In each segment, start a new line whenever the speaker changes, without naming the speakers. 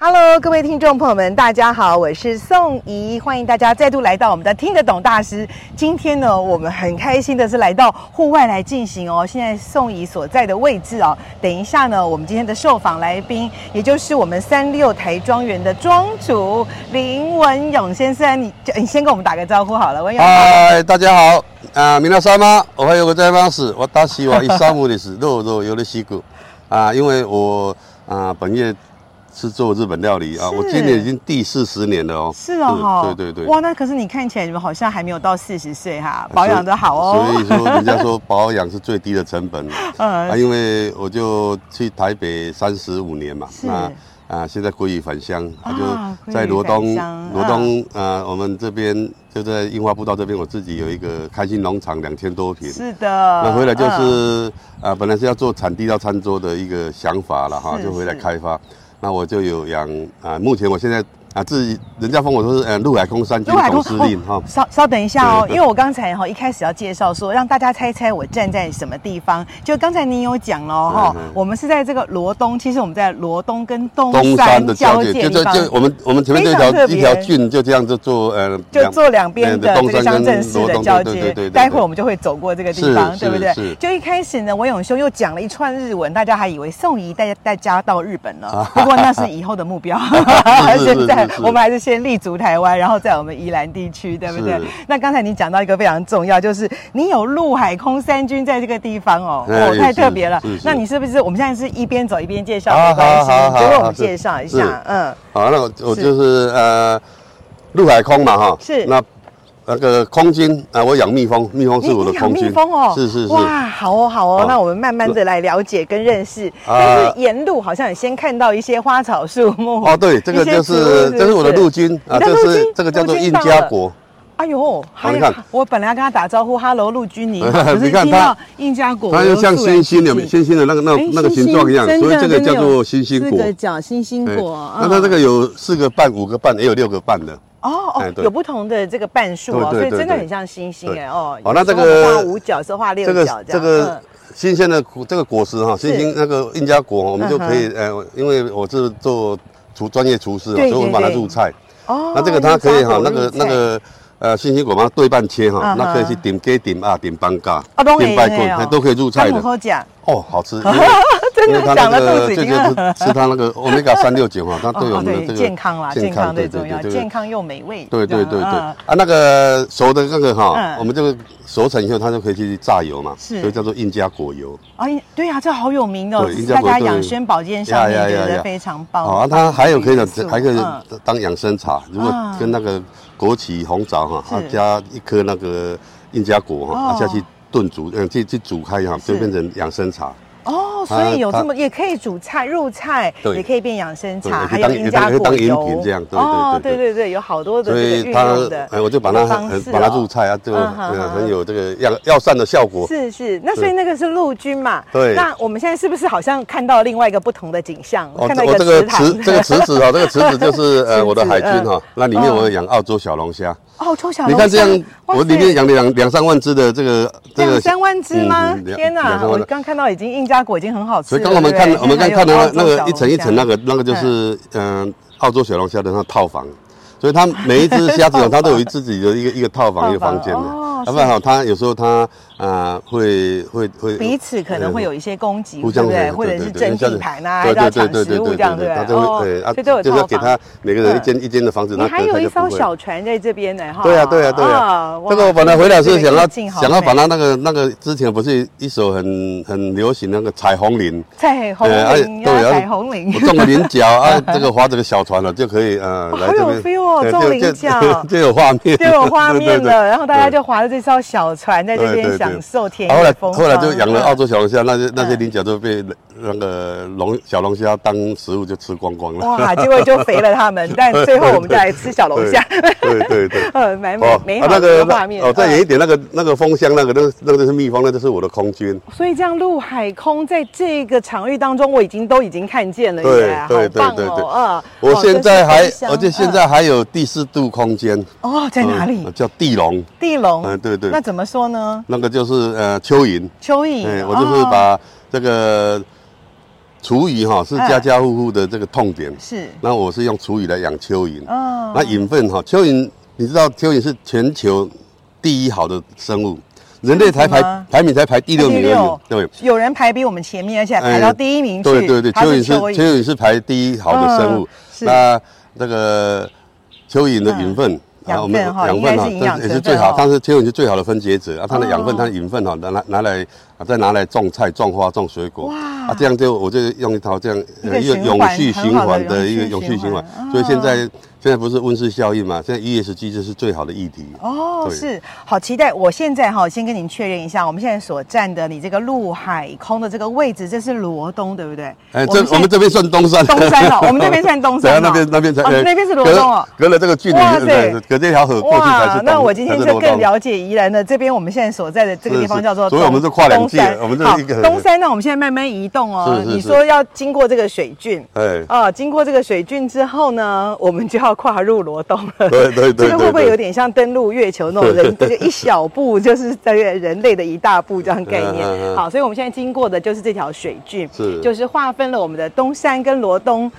Hello，各位听众朋友们，大家好，我是宋怡，欢迎大家再度来到我们的听得懂大师。今天呢，我们很开心的是来到户外来进行哦。现在宋怡所在的位置哦，等一下呢，我们今天的受访来宾，也就是我们三六台庄园的庄主林文勇先生，你就你先跟我们打个招呼好了，文勇。
嗨，大家好，啊，皆さんおはようございます。私はイサムです。肉肉有的西谷，啊，因为我啊本业是做日本料理啊，
是
我今年已经第四十年了哦。
是哦，哈，
对对对，哎
哇，那可是你看起来你们好像还没有到四十岁哈，保养的好哦。
所以所以说，人家 说保养是最低的成本
嗯
啊，因为我就去台北三十五年嘛，
是
那啊，现在归于返乡，
啊
啊就在罗
归于返
东
乡，
罗东啊，我们这边就在樱花步道这边，我自己有一个开心农场，两千多平。
是的，
那回来就
嗯
是啊，本来是要做产地到餐桌的一个想法了哈，
是
就回来
是
开发。那我就有养啊，目前我现在啊，自己人家封我说是呃陆海空三军
陆海空
总司令哈。
稍稍等一下哦，因
对
为我刚才哈、一开始要介绍说，让大家猜猜我站在什么地方。就刚才你有讲了哦哈、
嗯嗯
我们是在这个罗东，其实我们在罗东跟东
东山
山
的
交
交
界
界，
地
就
方，
就就我们我们前面这
非常特
条
别
一条郡就这样就做呃，
就做两边的这
对
个
东
乡
山
镇
跟
市
罗
的
东
交
对对
接
对对。对
待会我们就会走过这个地方，
是
对不
是
对
是？
就一开始呢，文勇兄又讲了一串日文，大家还以为宋怡带大家到日本 了，不过那是以后的目标。
是是
现在
是是
我们还是先立足台湾，然后在我们宜兰地区，对不对
是？
那刚才你讲到一个非常重要，就是你有陆海空三军在这个地方哦，
哎
哦，太特别了
是是。是
那你是不是我们现在是一边走一边介绍
好
没关系
好好？
你就为我
好
们
是
介绍一
是
下，嗯，
好，那我我
是
就是呃，陆海空嘛哈，
是
那那个空军啊，我养蜜蜂，蜜蜂
你
是我的
你养
空军，
蜜蜂哦，
是是是，
哇，好哦好哦
好，
那我们慢慢的来了解跟认识。
啊
但是沿路好像也先看到一些花草树木。
哦，对，这个
一些
就
植物
是这是我的陆。军啊，
你的
这
陆军
是这个叫做
陆
印
军到
加
了
国，
哎呦，还
你看
我本来要跟他打招呼哈喽，陆军你 好，
你看
可是听到印加果，
它就像星星有没有
哎星
星星的那个那那个形状一样，所以这个叫做星星果。
四个角星星
对
果。
那
嗯
它这个有四个瓣、五个瓣，也有六个瓣的。
哦哦
哎，对
有不同的这个半数哦，所
对
以
对对
真的
对
很像星星
对
哎哦。
好
有
那
时候
这个
我们画五角，有时候画六
这
角
个
这
这
样。
个
嗯
新鲜的果这个果实哈，新
是
鲜那个印加果，我们就可以呃，因为我是做厨专业厨师嘛，所
对
以我们
对
把它
对
入菜。
哦
那这个它可以哈
印，加
那
果
个
入
那
菜
个呃，星星果把它对半切哈
嗯，
那可以
哼
去点鸡、点鸭、点半嘎
啊，都可以
点拜
的哦
棍，都可以入菜
汤
的
姆。喝甲，
哦，好吃，
呃真
因
的
为它
讲了
那
肚
个
子已
最
经
近
饿
是吃它那个 omega 三六九哈，它对我
哦
们 的这
对
个
健康啦，健康最重要，
这个
健康又美味。
对对
这
对对
样
啊
嗯，
那个熟的那个哈
嗯，
我们这个熟成以后，它就可以去榨油嘛，所
是
以叫做印加果油。
哎，对啊，这好有名哦，
对
是
应该
大
不会
家
对
养生保健上面觉得非常棒。
哦，啊它还有可以
的
呢，还可以
嗯
当养生茶，如果
啊
跟那个枸杞红枣哈，
是
它加一颗那个印加果哈，
哦
啊下去炖煮，嗯，去去煮开哈，
是
就变成养生茶。
哦，所以有这么也可以煮菜入菜，
啊对
也可以变养生茶，还
对
有印
也可以当
加
也可以
果
当饮
油
品这样对对
哦，
对
对
对
对对，有好多的
所
这
以
个运
它
用的，
哎，我就把它
方式哦
把它入菜啊，就
嗯好好
呃
好
很有这个药药膳的效果。
是是，那所以那个是陆军嘛？
对
那我们现在是不是好像看到另外一个不同的景象？
哦，
看到一
我这个
池
池
塘。
这个池子哈，这个池子就是
池子
呃我的海军哈
嗯，
那里面
嗯
我有养澳洲小龙虾。
哦，抽小
你看这样，我里
养
面养了两两三万只的这个这个
两三万只吗？
嗯嗯两
天哪
两！三
我
万只
刚看到已经印加果已经很好吃
所
了。
以刚刚我们看
对不对
我们刚看到那个一层一层那，
现在还有澳洲小龙虾
个那个就是嗯澳洲小龙虾的那套房，所以它每一只 虾子哦它都有自己的一个一个套
套
房一个
房
房间
哦
的，啊要
是
不然哈它有时候它啊会会会
彼此可能会有一些攻击，
互
对
相
不对？
对
或者
对
是
对
争
对
地
对
盘啊，还是
对
要抢
对对对对
食物
对
这样，
对，
对不
它
对？
就会对啊，
所以都有
就是要
套
给
房嗯
它。每个人一间一间的房子，
你
那
还
它
有
就
一艘
不会
小船在这边呢，哈。
对呀、对呀、对呀、
啊哇
这个我本来回来是想要
这个意境好
想要把
美
它那个那个之前不是一首很很流行那个彩虹铃，
彩虹
呃哎
铃
对
啊，
啊
彩虹铃
我。中了菱角 啊，这个划这个小船了就可以呃
哇
来
好
这
有
边
feel 哦
对
中
就
菱
就
角
就有画面，
就有画面
对对对
了，然后大家就划着这艘小船在这
对对
边
对
享受田
后
园
来
风
后来就
光
养了澳洲小龙虾，那些那些
嗯
鳞甲都被那个龙小龙虾当食物就吃光光了。
哇，结果就肥了他们，但最后我们再来吃小龙虾，
对对对。
呃，蛮美 美好
那
的
个
一个画面。
哦，再远一
嗯
点，那个那个风箱，那个那个那个就是蜜蜂，那就是我的空军。
所以这样陆海空在这个场域当中，我已经都已经看见了
对
耶，好
对对
棒
对对
哦！啊，
我
哦
现在还
真是，
而且现在还有第四度空间，
嗯哦，在哪里
嗯？叫地龙，
地龙。
嗯，对对
那，怎么说呢？
那个就是呃蚯蚓，
蚯蚓。
哎，我就是
哦
把这个厨余哈是
嗯
家家户户的这个痛点，
是
那我是用厨余来养蚯蚓，
哦
那蚓粪哈，蚯蚓你知道蚯蚓是全球第一好的生物，人类才
为什么
排排名才排第六名而已，对。
有人排比我们前面，而且还排到第一名去。
对对对，
它
蚯蚓
是
是蚯蚓是排第一好的生物。
嗯是
那那个蚯蚓的养分。
嗯
啊
养分哈应该是营养
但是也是
成分
最好
哦，
但是蚯蚓是最好的分解者啊，它的养分、
哦
它的养分哈，拿拿拿来啊再拿来种菜、种花、种水果，
哇
啊，这样就我就用一套这样
一个
一个
循
永
环
续
很
循
好的
环的
永
一个
续
永续
循
循环
环，
所以现
哦
在现在不是温室效应嘛，现在 ESG 就是最好的议题
哦，
对
是好期待！我现在哈，先跟您确认一下，我们现在所站的你这个陆海空的这个位置，这是罗东，对不对？
哎，这我
现在
们这边算东山，
东山哦我们这边 算东山哦
对啊那边那边才，
哦
呃
那边是罗
隔
东哦
隔了这个距离，
哇塞
对隔这条河呃过去才是东。
那我今天
才是
就
罗
更
东
了解宜兰了。这边我们现在所在的这个地方
是是
叫做东，
所以我们就跨两界
东山
我们这
好
一个
东山。那我们现在慢慢移动哦。
是是是
你说要经过这个水郡，
哎
啊，经过这个水郡之后呢，我们就要跨入罗东了。
对对对 对
这个会不会有点像登陆月球那种 人，这个一小步就是在人类的一大步这样概
嗯嗯
念？
嗯
好，所以我们现在经过的就是这条水郡，
是
就是划分了我们的东山跟罗东。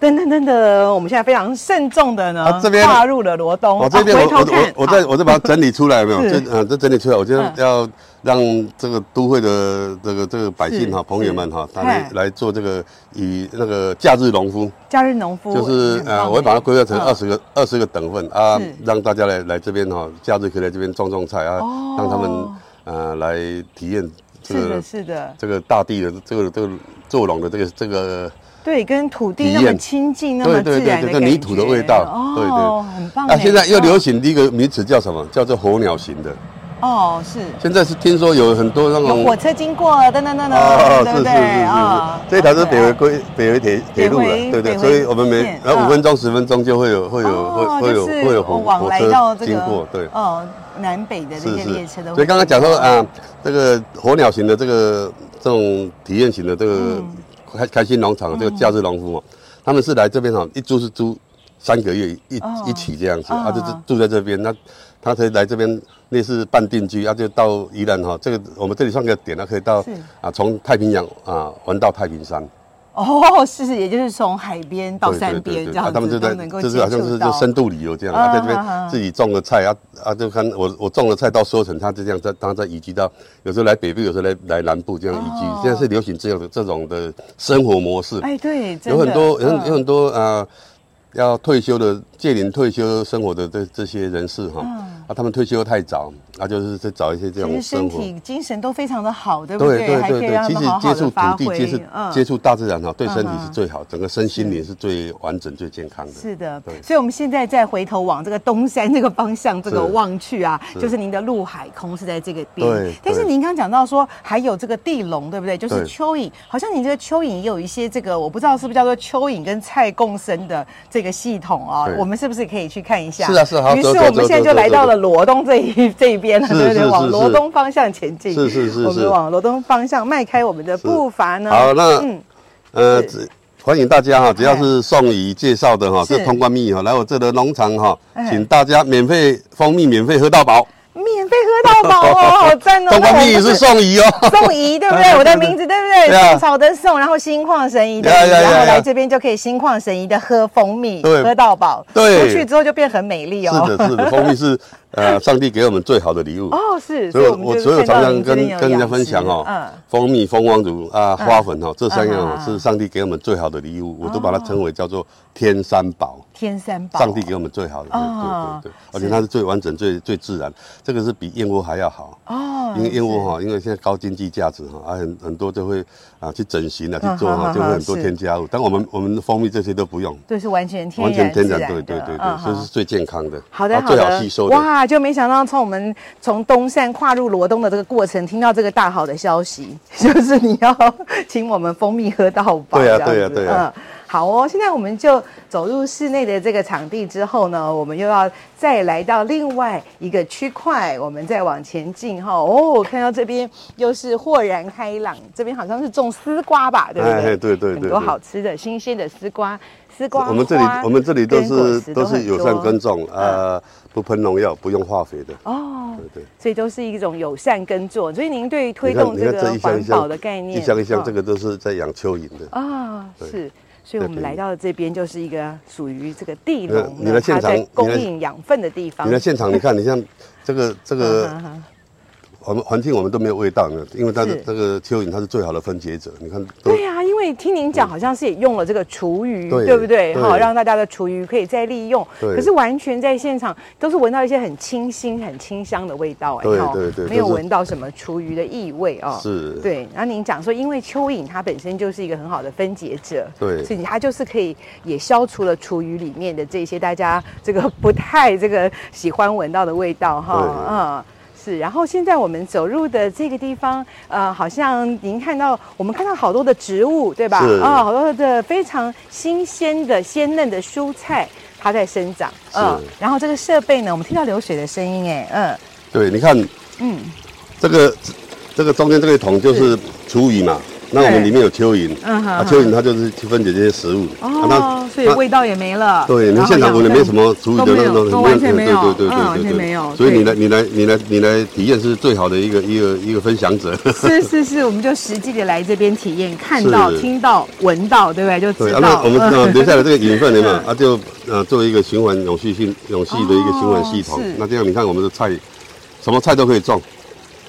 噔噔噔噔，我们现在非常慎重的呢，
啊这边哦
跨入了罗东。
我这边
啊
我
回
我
头
我
看，
我
好
再我再把它整理出来有没有？
是
这嗯，这整理出来，我就
嗯
要让这个都会的这个这个百姓哈
是
朋友们哈，
是
他来
嘿
来做这个以那个假日农夫，
假日农夫
就是呃，我会把它规划成二，十个二十个等份啊
嗯是，
让大家来来这边哈，假日可以来这边种种菜啊
哦，
让他们呃来体验这
很棒耶是的，是
个
的，
这个大地的这个这个做农的这个这个
对，跟土地
体
那么
验
亲近，那么
对
自
对
然
对
的
这个泥土的味道，对
哦，
对，
很棒耶。
啊，现在又流行的一个名词叫什么？叫做火鸟型的。
哦，是
现在是听说有很多那
有
种
火车经过，噔噔噔
哦
噔，对不
是是
对？
是
啊
是，这条是北
对
回归北回铁铁路了，
北回北
对对，
回
所以我们
线
每然
嗯
后五分钟十分钟就会有会有会
哦
会有
就是
会有火
往
火
来
车
到这
经
个
过，对，
哦，南北的这
是
些
是
列车的。
所以刚刚讲说啊，这个火鸟型的这个这种体验型的这个
嗯
开开心农场的这个假日农夫哦，他们是来这边哈，一租是租三个月一
哦
一起这样子，
哦
啊，就是住在这边，那他可以来这边类似半定居，啊，就到宜兰哈，这个我们这里算个点，他可以到
是
啊，从太平洋啊玩到太平山，
哦，是是，也就是从海边到
对
山
对对
边
对
这样
啊
子，
他们就
都
在
能够
就
接
是好像
触
是
到
就。深度旅游这样
啊
啊，在这
啊啊
边自己种的菜啊啊，就看我我种的菜到收成，他就这样在他在移居到有时候来北部，有时候来来南部这样移居
哦，
现在是流行这样的这种的生活模式，
哎，对，真的
有很多有
嗯
很有很多啊。要退休的届龄退休生活的这这些人士哈，啊，他们退休太早，啊，就是在找一些
嗯其
这
实
种
身
生活，
体、精神都非常的好，对不
对
对？
对
还可
对
以让他
对，其
们
实
好好
接
的
触
发
土
挥。
地，接触接触大自然哈，对身体
嗯
是
哼
最好，整个身心灵是最完整、最健康的。
是的
对，
所以我们现在再回头往这个东山这个方向这个
是
望去啊，
是
就是您的陆海空是在这个边
对。
但是
对
您刚讲到说还有这个地龙，对不对？就是
对
蚯蚓，好像你这个蚯蚓也有一些这个我不知道是不是叫做蚯蚓跟菜共生的这个系统哦
对，
我们是不是可以去看一下？
是啊是啊好
于是
走走
我们现在
走
就
走
来
走
到
走
了罗东这 一这一边了，
是
对不
是
对？
是
往罗
是
东方向前进。
是是是
我
是
们往罗东方向迈开我们的步伐呢。
好，那、
嗯
呃，
是哎
只欢迎大家哈，只要是宋怡介绍的哈，
是
这通关蜜哈，来我这的农场哈
哎，
请大家免费蜂蜜免费喝到饱。
免费喝到饱哦， 好赞哦！那
通关
我
蜜
们
是宋怡哦。
宋怡， 对不
哎
对？我的名字对不对？
对啊
宋朝的宋，然后心旷神怡的怡，
呀呀呀
然后来
呀
这边就可以心旷神怡的喝蜂蜜，
对
喝到饱。
对
出去之后就变很美丽哦。
是的，是的，蜂蜜是呃上帝给我们最好的礼物。
哦，是，
所以我，
们
我
就
所以我
看到
常常
您这边
跟
有
跟人家
养
分享
殖
哦
嗯，
蜂蜜、蜂王乳啊、花粉哦，这三样
啊
哦
哈
是上帝给我们最好的礼物，我都把它称为叫做天山宝。
天山宝，
上帝给我们最好的，对
哦
对对对，而且它是最完整、最最自然，这个是比燕窝还要好。
哦，
因为燕窝哈，因为现在高经济价值哈，啊很很多就会啊去整形啊去做
嗯好好
哈，就会很多
是
添加物。但我们我们的蜂蜜这些都不用，
对，是完全天
完
然
全天
自
然，
的
对对对
嗯
对，这是最健康的，
好的
啊
好
最好
的
吸收，的。
哇，哇，就没想到从我们从东山跨入罗东的这个过程，听到这个大好的消息， 就是你要请我们蜂蜜喝到饱。
对啊
这样
对啊
子
对啊
嗯，好哦，现在我们就走入室内的这个场地之后呢，我们又要再来到另外一个区块，我们再往前进哈。哦，看到这边又是豁然开朗，这边好像是种丝瓜吧，对不对？
哎哎对对对
很多
对
好吃的新鲜的丝瓜，丝瓜花。
我们这里我们这里都
跟果
是
实
都是
很
友
多嗯
善耕种，呃，不喷农药，不用化肥的。
哦，
对对。
所以都是一种友善耕作。所以您对于推
你看
动
你
这
看
个
一箱
环
一
保的
箱
概念，
一箱一箱
嗯
这个都是在养蚯蚓的。
啊，
对
是。所以我们
对
来到这边就是一个属于这个地
你看
龙，
你来现
它在
场
供
你来
应养分的地方。
你看现场，你看，你像这个这
啊
个
哈哈
我们环境我们都没有味道呢，因为它的
是
这个蚯蚓它是最好的分解者，你看都
对啊呀、因为听您讲，好像是也用了这个厨余，
对
不对？
对
好，让大家的厨余可以再利用。
对
可是完全在现场都是闻到一些很清新、很清香的味道，哎
对
哦
对对
没有
就是
闻到什么厨余的异味哦。
是
对，然后您讲说，因为蚯蚓它本身就是一个很好的分解者，
对
所以它就是可以也消除了厨余里面的这些大家这个不太这个喜欢闻到的味道哈，嗯。是，然后现在我们走入的这个地方，呃，好像您看到我们看到好多的植物，对吧？
是
啊、好多的非常新鲜的、鲜嫩的蔬菜，它在生长。嗯
是，
然后这个设备呢，我们听到流水的声音，哎，嗯
对，你看
嗯，
这个这个中间这个桶就是厨余嘛，那我们里面有蚯蚓，
嗯好
啊，
好
蚯蚓它就是去分解这些食物，啊
哦，所以味道也没了。
对，你
然后
现场闻的
养分
没什么厨余的
都没
那
有
种，
都完全没有，
对对对
嗯，完
对
全
对
没有。
对，所以你
对
来你来你来你来体验是最好的一个一个一个分享 者，
是是是，我们就实际的来这边体验，看
是
到、听到、闻到，对不对？就
对，
知
啊，
道。
那我 们
嗯
啊留下来这个养分的嘛，啊就啊作为一个循环永续性永续的一个循环系统
哦是，
那这样你看我们的菜，什么菜都可以种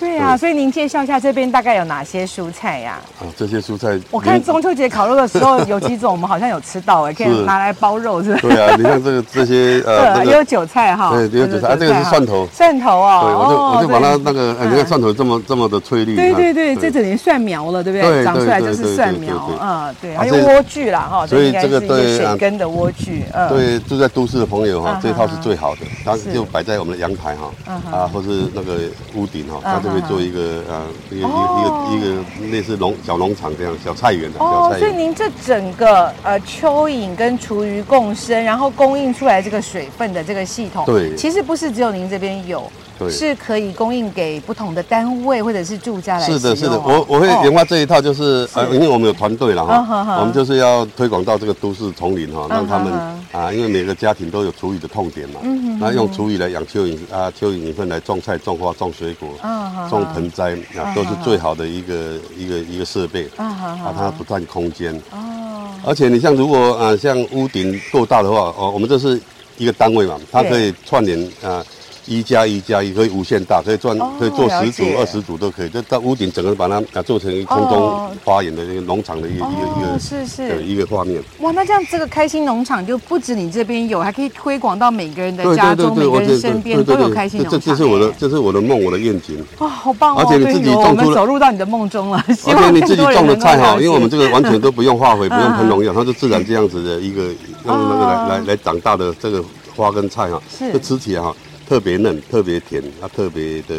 对啊，
对
所以您介绍一下这边大概有哪些蔬菜呀？
啊，这些蔬菜，
我看
您
中秋节烤肉的时候有几种，我们好像有吃到哎，可以
是
拿来包肉是不是？
对啊，你看这个这些 呃
呃，
那
也有
个，
韭菜哈，
对也有韭菜啊这个是
哈
蒜头
蒜头
对，我就
哦，
我就把它那
个。
个，哎
嗯
你看蒜头这么这么的翠绿，
对
你看
对对，这整年蒜苗了，对不对？
对
长出
对
来
对
就是
对
蒜
对对
苗，
对
嗯，对，
啊
还有
这
�蜗�苣啦，哈，
所以
应该
这个
是一个
对
水
啊
根的莴苣，嗯，
对，住在都市的朋友哈
嗯，
这一套是最好的，它
是
就摆在我们的阳台哈
嗯，哼嗯
啊，或是那个屋顶哈，它就会做一个呃一个
哦
一个一个一个类似农小农场这样小菜园的啊小
哦，
菜
所以
园。
您这整个呃蚯蚓跟厨余共生，然后供应出来这个水分的这个系统，
对
其实不是只有您这边有，
对
是可以供应给不同的单位或者是住家来
是的，
使
是
用
的，
哦
我我会
哦
研发这一套，就是呃，因为我们有团队了
嗯哼哼
哈，我们就是要推广到这个都市丛林哈，让他们
嗯
啊，因为每个家庭都有厨余的痛点嘛，那用厨余来养蚯蚓啊，蚯蚓养分来种菜、种花、种水果
嗯哼哼、
种盆栽啊，都
嗯
是
哼哼
最好的一个一个一个设备，
嗯哼哼
啊，它不呃占空间，
哦，
而且你像如果啊、呃像屋顶够大的话，哦，我们这是一个单位嘛，它
对
可以串联啊、呃一加一加一，可以无限大，可以赚，
哦
可以做
了
十组
解、
二十组都可以。就到屋顶整个把它啊、呃做成一个空
哦
中花园的一个农场的一个、一个一
哦，
个
是
对
是，
一个画面。
哇，那这样这个开心农场就不止你这边有，还可以推广到每个人的
对
家
对对
中、
对，
每
我
个
觉得
人身边
对
都
对
有
对
开心
这
农场
这
耶。
这是我的，这是我的梦，我的愿景。
哇，好棒哦！
而且你自己
对哦
种
我们
出了
走入到你的梦中了， 希
而
望
且啊你
更
自己
多人
种的
能够
菜哈，
了
因为我们
解
这个完全都不 用化肥，不用
嗯
喷农药，它是自然这样子的一个用那个来来来长大的这个花跟 菜哈，
哦是
就吃起来哈特别嫩，特别甜，它特别的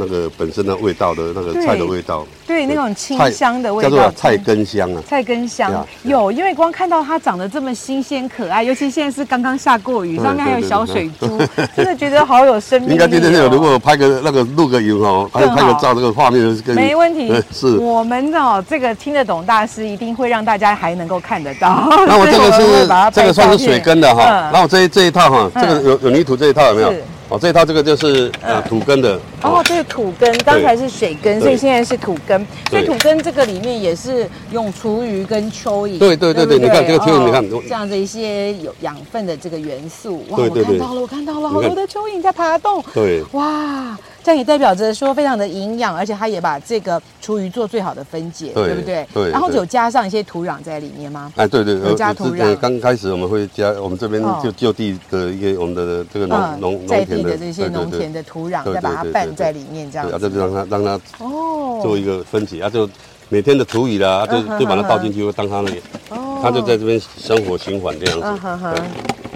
那个本身的味道的那个
对
菜的味道，
对那种清
菜
香的味道，
叫做菜根香啊。
菜根香、
对啊对啊
有，因为光看到它长得这么新鲜可爱，尤 其现在是刚刚下过雨，
对
上面还有
对对
小
对
水 珠，真的觉得好有生命力、哦。
应该今天有，如果拍个那个录个影哦，还有拍个照，这个画面就是跟
没问题
呃， 是。
我们哦，这个听得懂大师一定会让大家还能够看得到。
那我这个
所以们会
是
把它
这个
拍
算是
照片
水根的哈，
嗯
然后这一这一套哈，这个有有泥土这一套有没有
是？嗯
哦，这一套这个就是呃土根的
哦，这是土根，刚才是水根，
对
所以现在是土根。所以
对
土根这个里面也是用厨余跟蚯蚓。
对对对
不
对你看这个蚯蚓
哦
你看我
这样的一些有养分的这个元素。哇，
对
我
对
看
对
到了，我看到了，
你
好
看
多的蚯蚓在爬动。
对
哇，这样也代表着说非常的营养，而且它也把这个厨余做最好的分解，
对
对不对？
对
然后
对
有加上一些土壤在里面吗？
哎，对对，呃
有加
呃
土
这
壤
呃刚开始我们会加，我们这边
哦
就就地的一个我们的这个农农
嗯在
农
地
田
的
的
这些农田，的土壤，
对对
再把它
对对
拌
对
在里面，这样
对对对对啊，
子。
这就让它让它
哦
做一个分解，啊，就每天的土里啦，啊就
嗯哼
就把它
哼
倒进去，当它那个，
哦
它就在这边生活循环这样
嗯
子。
哼哼
对啊，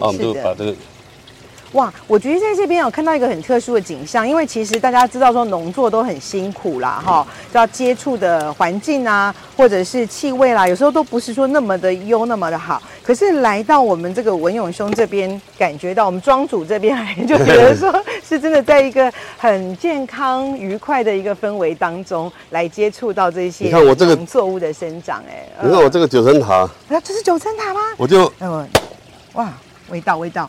我们就是
的嗯
把这个
哇，我觉得在这边有看到一个很特殊的景象，因为其实大家知道说农作都很辛苦啦，哈，要接触的环境啊，或者是气味啦，有时候都不是说那么的优，那么的好。可是来到我们这个文勇兄这边，感觉到我们庄主这边，就觉得说是真的在一个很健康、愉快的一个氛围当中来接触到这些
你看我这个
农作物的生长、哎，
你看我这个九层塔，
那这是九层塔吗？
我就
呃，哇，味道味道，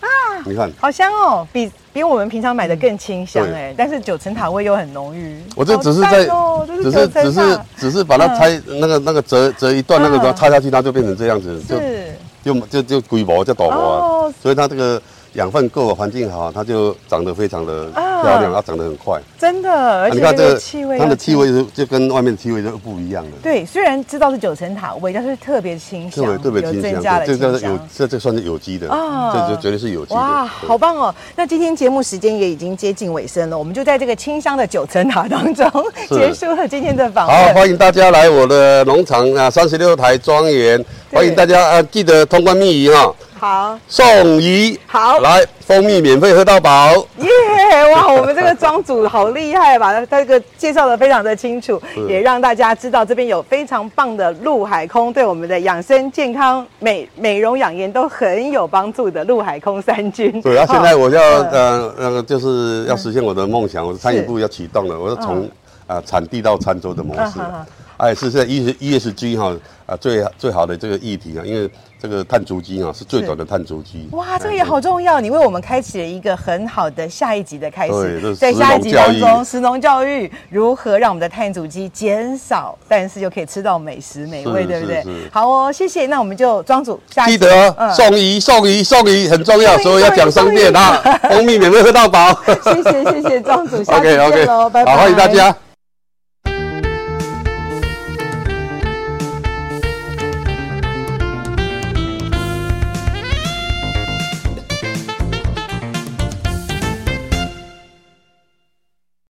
啊
你看，
好香哦，比比我们平常买的更清香
对
哎、但是九层塔味又很浓郁。
我这
好
只是
赞
在
哦、这，
只
是九层塔
是只是只是把它拆那个那个折折一段那个，
嗯
然后插下去，它就变成这样子，就是就就就规模叫大模
哦
啊，所以它这个养分够，环境好，它就长得非常的
啊
漂亮，它长得很快。
真的，而
啊
且
你
这
看这
个
个
气味，
它的气。味就就跟外面的气味就不一样了，
对，虽然知道是九层塔味，但是特别清
特
香，
别特别
有
清
增加
香，
了
对这叫
清
做有
香。
这这算是有机的，
啊
这就绝对是有机的。
哇，
对
好棒哦！那今天节目时间也已经接近尾声了，我们就在这个清香的九层塔当中
是
结束了今天的访
好，
问。
欢迎大家来我的农场啊，三十六台庄园，
对
欢迎大家啊，记得通关密语哈，
好，
送鱼，
好
来蜂蜜免费喝到饱，
耶、哇，我们这个庄主好厉害吧？ 他这个介绍的非常的清楚，
是
也让大家知道这边有非常棒的陆海空，对我们的养生健康、美美容养颜都很有帮助的陆海空三军。
对啊，
好
现在我要
嗯
呃那个就是要实现我的梦想，我的餐饮部要启动了，我要从啊产地到餐桌的模式
嗯好好
啊，哎是在 E E S G 哈啊最最好的这个议题啊，因为这个碳足迹啊哈是最
是
短的碳足迹。
哇，这个
哎
也好重要！你为我们开启了一个很好的下一集的开始，
对这是
在下一集当
食农教
中，
育
食农教育如何让我们的碳足迹减少，但是又可以吃到美食美味，
是
对不对
是是？
好哦，谢谢。那我们就庄主下一
记
集
得哦
嗯
送鱼送鱼送鱼很重要，
送鱼
所以要讲
送
商
鱼
店啊，蜂蜜免费喝到饱。
谢谢谢谢庄主，下次
OK
见
OK，
喽，拜拜，
好，欢迎大家。